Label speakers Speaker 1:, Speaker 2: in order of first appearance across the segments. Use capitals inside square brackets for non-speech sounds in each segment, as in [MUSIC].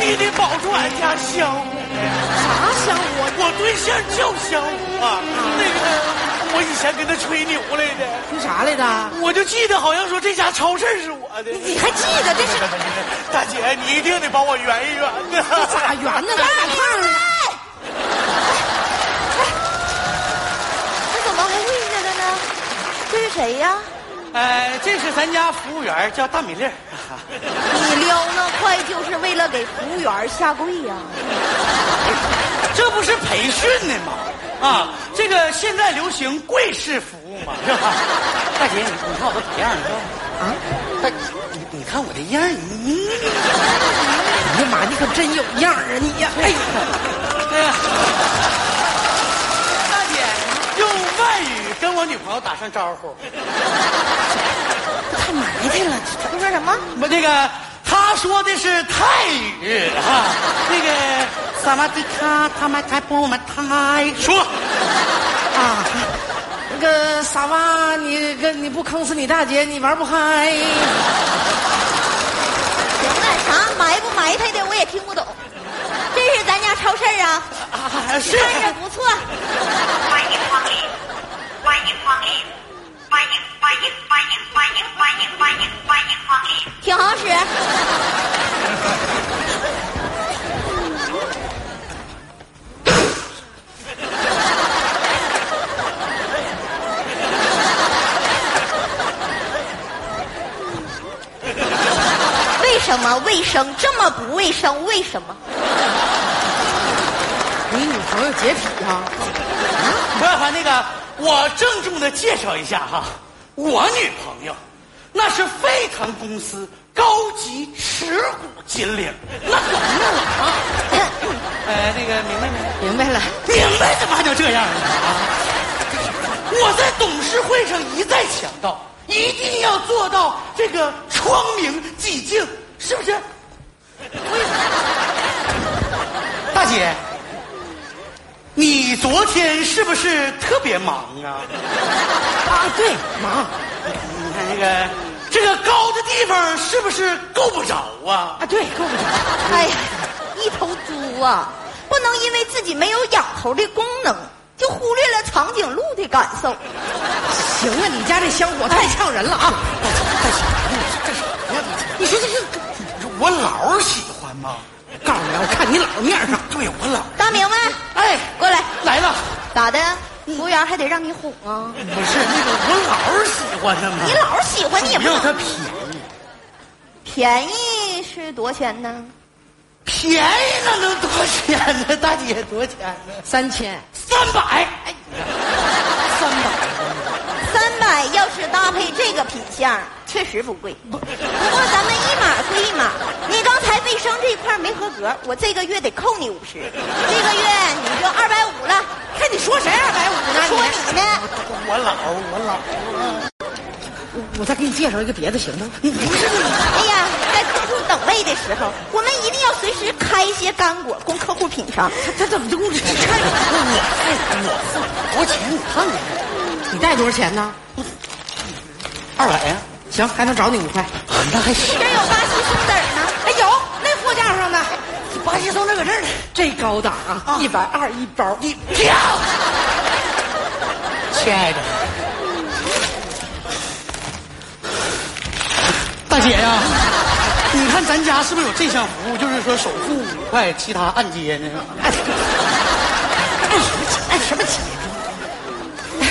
Speaker 1: 必得保住俺家香火呀！
Speaker 2: 啥香火？
Speaker 1: 我对象叫香火，那个我以前跟他吹牛来的，
Speaker 2: 你啥来的？
Speaker 1: 我就记得好像说这家超市是我的。
Speaker 2: 你还记得这是
Speaker 1: 大姐，你一定得帮我圆一圆
Speaker 2: 这
Speaker 1: 呐！
Speaker 2: 咋圆呢？咋长胖了？
Speaker 3: 这怎么还跪下了呢？这是谁呀？
Speaker 1: 呃，这是咱家服务员，叫大米粒儿。
Speaker 3: 你撩那块就是为了给服务员下跪呀、
Speaker 1: 这不是培训呢吗？啊，这个现在流行跪式服务 [LAUGHS] 嘛，是吧？大姐，你你看我都咋样，你看啊，大姐，你你看我这样，你你你你，
Speaker 2: 哎呀妈，你可真有样儿啊你呀！哎呀，
Speaker 1: 哎呀，大姐用外语跟我女朋友打声招呼，
Speaker 2: 太埋汰了，
Speaker 3: 你说什么？
Speaker 1: 我这个她说的是泰语啊，那个萨瓦迪卡他们开不们泰说。
Speaker 2: 啊，那个傻娃，你跟你不坑死你大姐，你玩不嗨。
Speaker 3: 行了，啥埋不埋汰的我也听不懂。这是咱家超市啊，
Speaker 1: 啊，是
Speaker 3: 穿着不错。
Speaker 4: 欢迎光临，欢迎光临，欢迎欢迎欢迎欢迎欢迎欢迎欢迎光临。
Speaker 3: 挺好使。 [LAUGHS] 为什么卫生这么不卫生？为什么？
Speaker 2: 你女朋友洁癖啊？
Speaker 1: 麻烦那个，我郑重的介绍一下哈，我女朋友，那是沸腾公司高级持股金领，那管用啊！呃，那个明白没？
Speaker 2: 明白了，
Speaker 1: 明白怎么就这样呢啊！我在董事会上一再强调，一定要做到这个窗明几净，是不是？大姐，你昨天是不是特别忙啊？
Speaker 2: 啊对，忙
Speaker 1: 你看那个这个高的地方是不是够不着啊？
Speaker 2: 啊对，够不着。
Speaker 3: 哎呀，一头猪啊！不能因为自己没有仰头的功能，就忽略了长颈鹿的感受。
Speaker 2: 行啊，你家这香火太呛人了啊！
Speaker 1: 你说这是我老喜欢吗？
Speaker 2: 告诉你啊，我看你老面上，
Speaker 1: 对我老
Speaker 3: 大明白？
Speaker 1: 哎
Speaker 3: 过来，
Speaker 1: 来了。
Speaker 3: 咋的？服务员还得让你哄啊？
Speaker 1: 不是那个，我老是喜欢他嘛。
Speaker 3: 你老是喜欢你也不
Speaker 1: 让他
Speaker 3: 能
Speaker 1: 便宜，
Speaker 3: 便宜是多少钱呢？
Speaker 1: 便宜那能多少钱呢？大姐多少钱呢？
Speaker 2: 三千
Speaker 1: 三百。哎，三百。
Speaker 3: 三百，要是搭配这个品相，确实不贵。不过咱们一码归一码，你刚才卫生这一块没合格，我这个月得扣你五十，这个月你就二百五了。看你说谁二百五呢？说你呢？
Speaker 1: 我老我老。
Speaker 2: 我我再给你介绍一个别的行吗？
Speaker 1: 不是你，
Speaker 3: 哎呀，在客户等位的时候，我们一定要随时开一些干果供客户品尝。
Speaker 2: 他他怎么就给我这看
Speaker 1: 我我钱你看看，
Speaker 2: 你带多少钱呢？
Speaker 1: 二百啊呀、
Speaker 2: 行，还能找你五块。
Speaker 1: 那还行。
Speaker 3: 这儿有巴西松子儿呢，
Speaker 2: 哎，有那货架上呢，
Speaker 1: 巴西松这搁这儿呢。
Speaker 2: 这高档啊，一百二一包。
Speaker 1: 你跳，亲爱的，大姐呀、你看咱家是不是有这项服务？就是说首付五块，其他按揭呢？
Speaker 2: 哎，什么钱？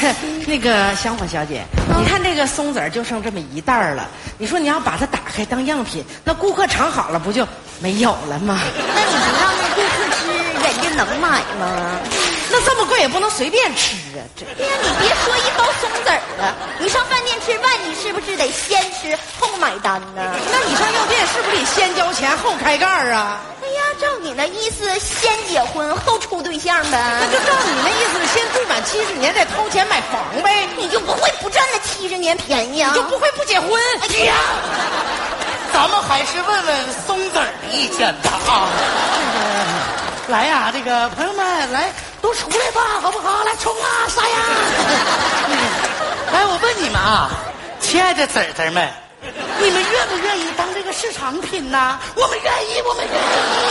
Speaker 2: [LAUGHS] 那个香火小姐，你看这个松子儿就剩这么一袋儿了，你说你要把它打开当样品，那顾客尝好了不就没有了吗？ [LAUGHS]
Speaker 3: 那你不让那顾客吃，人家能买吗？
Speaker 2: 那这么贵也不能随便吃啊！这
Speaker 3: 哎呀，你别说一包松子儿了，你上饭店吃饭，你是不是得先吃后买单呢？
Speaker 2: 那你上药店是不是得先交钱后开盖儿啊？
Speaker 3: 哎呀，照你那意思，先结婚后处对象呗
Speaker 2: 那？就照你那意思，先住满七十年再掏钱买房呗，
Speaker 3: 你就不会不占那七十年便宜啊？
Speaker 2: 你就不会不结婚？
Speaker 3: 哎呀，
Speaker 1: 咱们还是问问松子儿的意见吧啊！这个，来呀、这个朋友们来都出来吧，好不好？来冲啊，哎杀呀！来，我问你们啊，亲爱的子儿子们，你们愿不愿意当这个市场品呐？我们愿意，我们愿意。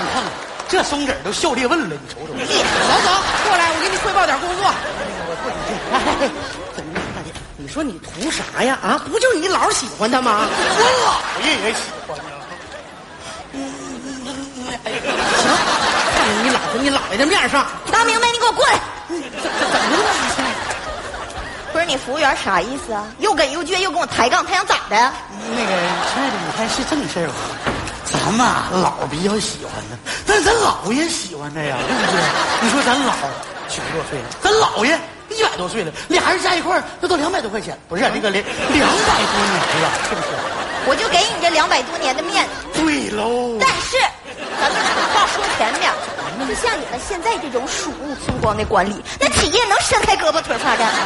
Speaker 1: 你看看这松子儿都笑裂问了，你瞅瞅。
Speaker 2: 走走，过来，我给你汇报点工作。哎，怎么了，大姐？你说你图啥呀？啊，不就你老喜欢他
Speaker 1: 我
Speaker 2: 吗？
Speaker 1: 姥爷也喜欢呢。
Speaker 2: 行，看在你老婆、你姥爷的面上，
Speaker 3: 大明白，你给我过来！
Speaker 2: 怎怎怎么了？
Speaker 3: 不是你服务员啥意思啊？又跟又撅又跟我抬杠，他想咋的？啊
Speaker 1: 那个亲爱的，你看是正事儿吧？咱们啊，老比较喜欢他，但是咱姥爷喜欢他呀，对不对？你说咱姥九十多岁了，咱姥爷一百多岁了，俩人加一块儿那都两百多块钱，不是、啊那个两两百多年了，是不是？
Speaker 3: 我就给你这两百多年的面子。
Speaker 1: 对喽。
Speaker 3: 但是，咱们话说前面，就像你们现在这种鼠目寸光的管理，那企业能伸开胳膊腿儿发展吗？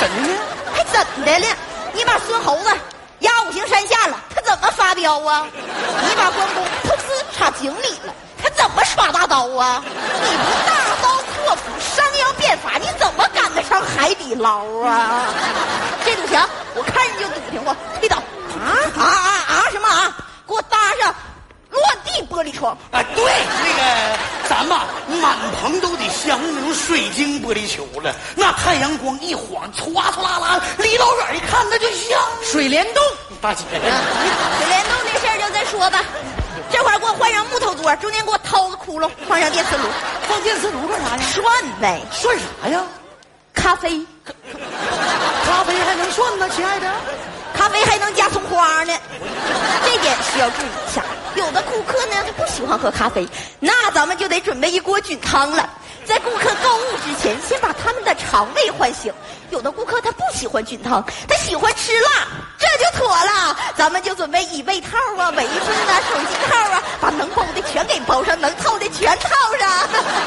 Speaker 1: 怎么呢？
Speaker 3: 还哎怎的了？你把孙猴子压五行山下了，他怎么发飙啊？你把关公噗呲插井里了，他怎么耍大刀啊？你不大刀阔斧、山羊变法，你怎么赶得上海底捞啊？这堵墙，我看人就堵挺过，推倒啊啊啊啊什么啊？给我搭上落地玻璃窗。
Speaker 1: 啊，对，那个咱们啊满棚都得镶那种水晶玻璃球了，那太阳光一晃，唰唰啦啦，离老远一看，那就像
Speaker 2: 水帘洞，
Speaker 1: 大姐呀、
Speaker 3: 水帘洞的事儿就再说吧。这会儿给我换上木头桌，中间给我掏个窟窿，换上电磁炉，
Speaker 1: 放电磁炉干啥呀？
Speaker 3: 涮呗。
Speaker 1: 涮
Speaker 2: 哎
Speaker 1: 啥呀？
Speaker 3: 咖啡，
Speaker 1: 咖啡还能涮吗，亲爱的？
Speaker 3: 咖啡还能加葱花呢，这点需要注意一下。有的顾客呢，他不喜欢喝咖啡，那咱们就得准备一锅菌汤了。在顾客购物之前，先把他们的肠胃唤醒。有的顾客他不喜欢菌汤，他喜欢吃辣，这就妥了。咱们就准备以胃套啊、围巾啊、手机套啊，把能包的全给包上，能套的全套上。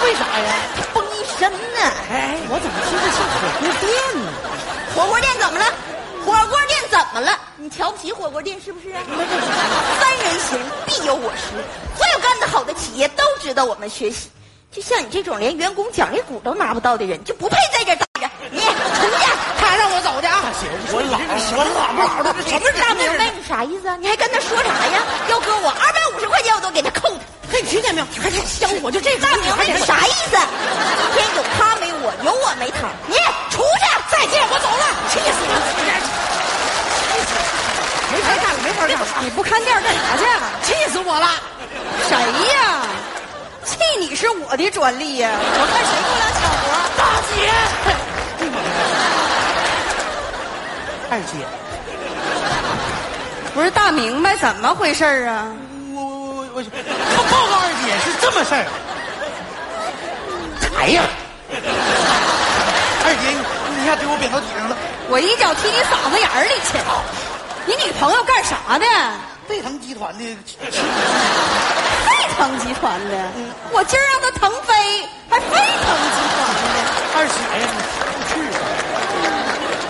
Speaker 3: 为啥呀？崩一身呢。
Speaker 2: 哎，我怎么听着像火锅店呢？
Speaker 3: 火锅店怎么了？火锅店怎么了？你瞧不起火锅店是
Speaker 2: [LAUGHS]
Speaker 3: 不是、啊？三人行必有我师，所有干得好的企业都值得我们学习。就像你这种连员工奖励股都拿不到的人，就不配在这儿待着。你出去！
Speaker 2: 他让我走去啊！
Speaker 1: 我老我老
Speaker 2: 什么
Speaker 3: 大
Speaker 2: 人？
Speaker 3: 明白你啥意思啊？你还跟他说啥呀？要搁我二百五十块钱我都给他扣他。
Speaker 2: 嘿，你听见没有？还是香，我就这个
Speaker 3: 大明白你啥意思？今天有他没我，有我没他。你出去！再见，我走了。
Speaker 2: 气死我了！没法干了，没法干了！你不看店干啥去？气死我了！
Speaker 5: 啊谁呀？气你是我的专利呀！我看谁过来抢活。
Speaker 1: 大姐，二姐，
Speaker 5: 不是大明白怎么回事儿啊？
Speaker 1: 我我我我报告二姐是这么事儿。哎呀，二姐，你你一下给我扁到地上了，
Speaker 5: 我一脚踢你嗓子眼儿里去！你女朋友干啥的？
Speaker 1: 贝腾集团的
Speaker 5: 沸腾集团的，我今儿让她腾飞，还沸腾集团的。
Speaker 1: 二姐呀，你出去吧。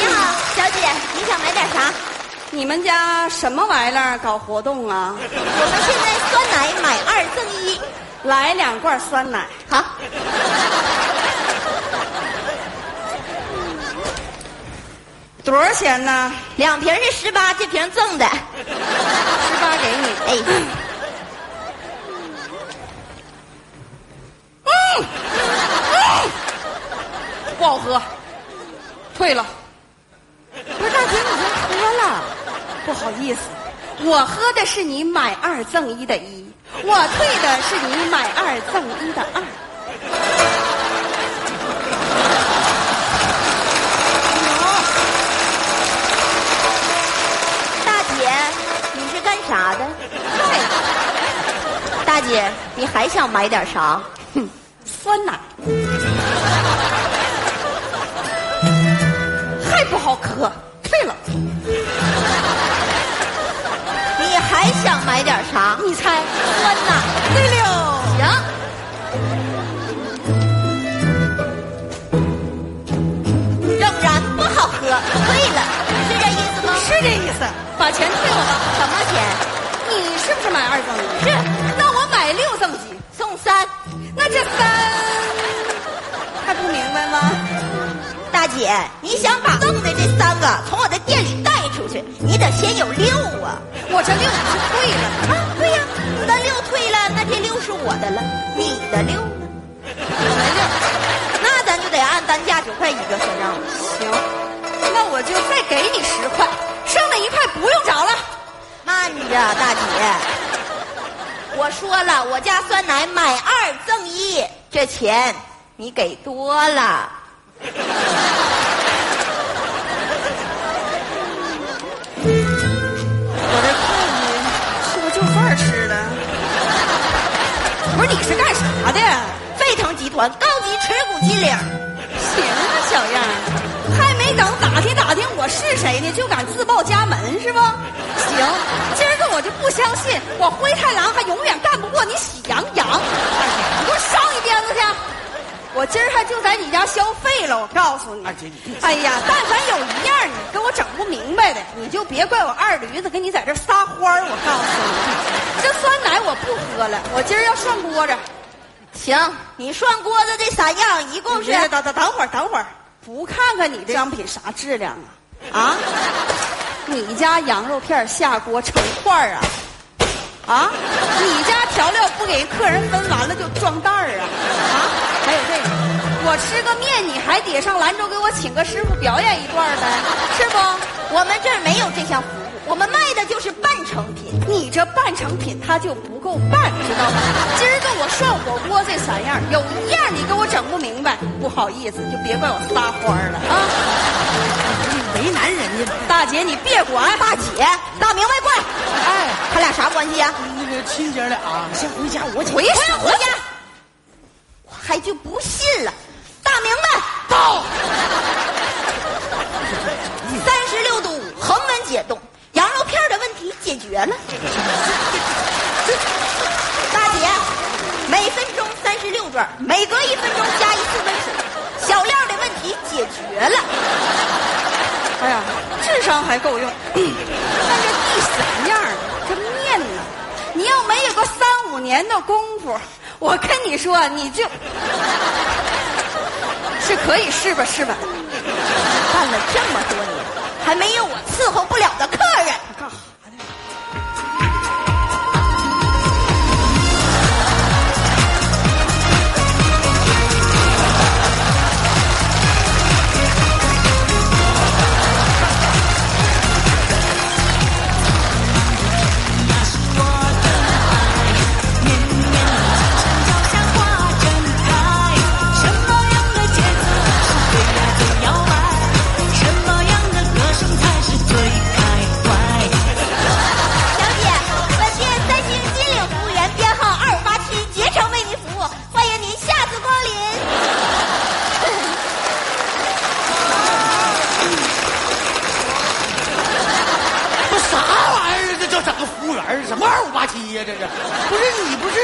Speaker 3: 你好，小姐，你想买点啥？
Speaker 5: 你们家什么玩意儿搞活动啊？
Speaker 3: 我们现在酸奶买二赠一，
Speaker 5: 来两罐酸奶，
Speaker 3: 好，
Speaker 5: 多少钱呢？
Speaker 3: 两瓶是十八，这瓶赠的。
Speaker 5: 十八给你。
Speaker 3: 哎，
Speaker 5: 不好喝，退了。不是大姐，你就喝了，不好意思，我喝的是你买二赠一的一，我退的是你买二赠一的二。
Speaker 3: 大姐，你是干啥的？
Speaker 5: 对，
Speaker 3: 大姐，你还想买点啥？
Speaker 5: 哼，酸奶还不好喝，退了。
Speaker 3: 你还想买点啥？
Speaker 5: 你猜？
Speaker 3: 酸奶。
Speaker 5: 对了，
Speaker 3: 行，仍然不好喝，退了，是这意思吗？
Speaker 5: 是这意思，把钱退我吧。
Speaker 3: 什么钱？
Speaker 5: 你是不是买二赠一？是，那我买六赠几？
Speaker 3: 送三。
Speaker 5: 那这三还不明白吗？
Speaker 3: 大姐，你想把赠的这三个从我的店里带出去，你得先有六啊！
Speaker 5: 我这六是退了，
Speaker 3: 啊，对呀、那六退了，那这六是我的了，你的六呢？我的六，那咱就得按单价九块一个算账了。
Speaker 5: 行，那我就再给你十块，剩的一块不用找了。
Speaker 3: 慢着，哎大姐，我说了，我家酸奶买二赠一，这钱你给多了。
Speaker 5: 我这扣子是不是就饭吃的？不是你是干啥的？
Speaker 3: 沸腾集团高级持股金领，
Speaker 5: 行啊，小样儿，还没等打听打听我是谁呢，就敢自报家门是不？行，今儿个我就不相信我灰太狼还永远干不过你喜羊羊。哎呀，你给我上一鞭子去！我今儿还就在你家消费了，我告诉你。
Speaker 1: 二姐你别
Speaker 5: 哎呀，但凡有一样你给我整不明白的，你就别怪我二驴子给你在这儿撒欢儿。我告诉你，这酸奶我不喝了，我今儿要涮锅子。
Speaker 3: 行，你涮锅子这三样一共
Speaker 5: 不
Speaker 3: 是
Speaker 5: 是，等等等会儿，等会儿，不看看你这商品啥质量啊？啊，你家羊肉片下锅成块儿啊？啊，你家调料不给客人分完了就装袋儿啊？啊，还有这个，我吃个面你还得上兰州给我请个师傅表演一段儿呗，是不？
Speaker 3: 我们这儿没有这项服务，我们卖的就是半成品。
Speaker 5: 你这半成品它就不够半，知道吗？今儿个我涮火锅这三样，有一样你给我整不明白，不好意思，就别怪我撒欢儿了啊！
Speaker 2: 为难人家。
Speaker 5: 大姐你别管，
Speaker 3: 哎大姐，大明白过来，
Speaker 2: 哎，
Speaker 3: 他俩啥关系啊？
Speaker 1: 那个亲姐俩啊，
Speaker 2: 先回家，我
Speaker 5: 回
Speaker 3: 不
Speaker 5: 手
Speaker 3: 用回家，我还就不信了。大明白，
Speaker 1: 到
Speaker 3: 三十六度五，恒温解冻，羊肉片的问题解决了。大姐，每分钟三十六转，每隔一分钟加一次温水，小料的问题解决了。
Speaker 5: 哎呀，智商还够用。但这第三样儿，这面呢？你要没有个三五年的功夫，我跟你说，你就是可以试吧试吧。
Speaker 3: 干了这么多年，还没有我伺候不了的客人。
Speaker 5: 干啥
Speaker 3: 小姐，本店三星金领服务员编号二五八七，竭诚为您服务，欢迎您下次光临。
Speaker 1: 不啥玩意儿啊？这叫整个服务员儿什么二五八七呀？这是不是你不是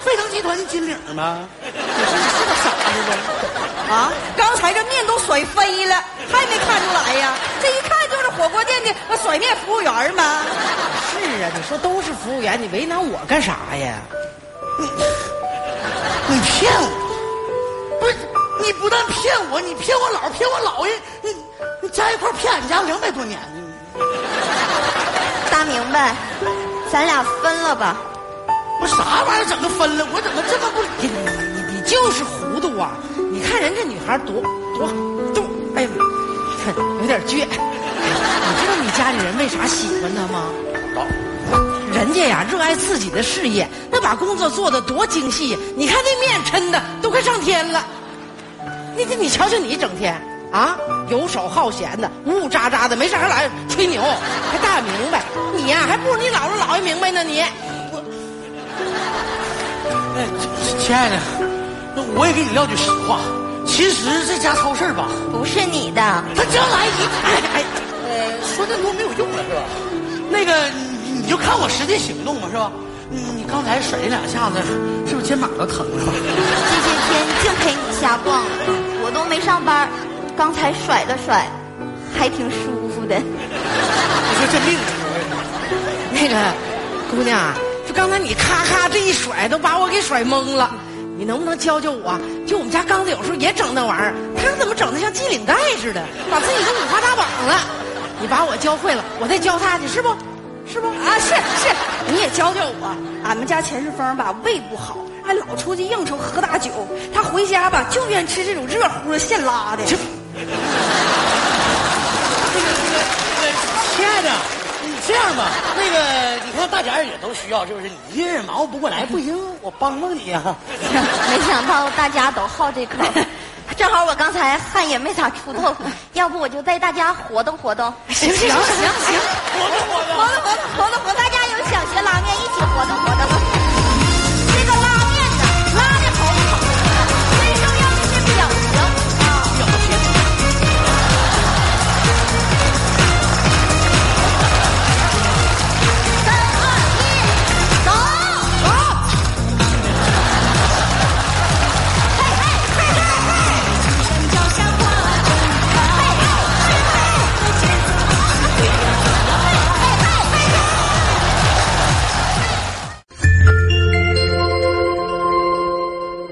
Speaker 1: 沸腾集团的金领儿吗？你是你是个傻子呗？
Speaker 5: 啊？刚才这面都甩飞了，还没看出来呀？这一看就是火锅店的那甩面服务员儿嘛。
Speaker 2: 是啊，你说都是服务员，你为难我干啥呀？
Speaker 1: 你骗我！不是你不但骗我，你骗我姥儿，骗我姥爷，你你加一块儿骗俺家两百多年呢。
Speaker 3: 大明白，咱俩分了 [LAUGHS] 吧。
Speaker 1: 我啥玩意儿整个分了？我怎么这么不
Speaker 2: 你你你就是糊涂啊！你看人这女孩多多多，哎呀妈，有点倔。你知道你家里人为啥喜欢她吗？人家呀热爱自己的事业，那把工作做的多精细呀！你看那面抻的都快上天了。你你你瞧瞧你整天啊，游手好闲的，呜呜喳喳的，没啥来吹牛，还大明白。你呀、还不如你姥姥姥爷明白呢。你我
Speaker 1: 哎，亲爱的，那我也给你撂句实话，其实这家超市吧，
Speaker 3: 不是你的，
Speaker 1: 它将来一哎哎，呃，说那么多没有用了是吧？那个你你就看我实际行动吧是吧？你你刚才甩这两下子，是不是肩膀都疼了？
Speaker 3: 这些天净陪你瞎逛了，我都没上班，刚才甩了甩，还挺舒服的。
Speaker 1: 你说这命
Speaker 2: 那个姑娘啊，就刚才你咔咔这一甩，都把我给甩懵了。你能不能教教我？就我们家刚子有时候也整那玩意儿，他怎么整的像系领带似的，把自己都五花大绑了？你把我教会了，我再教他去，是不？是不？
Speaker 5: 啊，是是，你也教教我。俺们家钱世峰吧，胃不好，还老出去应酬喝大酒。他回家吧，就愿吃这种热乎的现拉的。
Speaker 2: 切
Speaker 1: 亲爱的，你这样吧，那个你看大家也都需要，是不是？你一个人忙活不过来，不行，我帮帮你啊。
Speaker 3: 没想到大家都好这口， [LAUGHS] 正好我刚才汗也没咋出透，要不我就带大家活动活动。
Speaker 2: 行行行行。
Speaker 1: 我的我的。
Speaker 3: 活动活动活动活动，大家有想学拉面一起活动活动。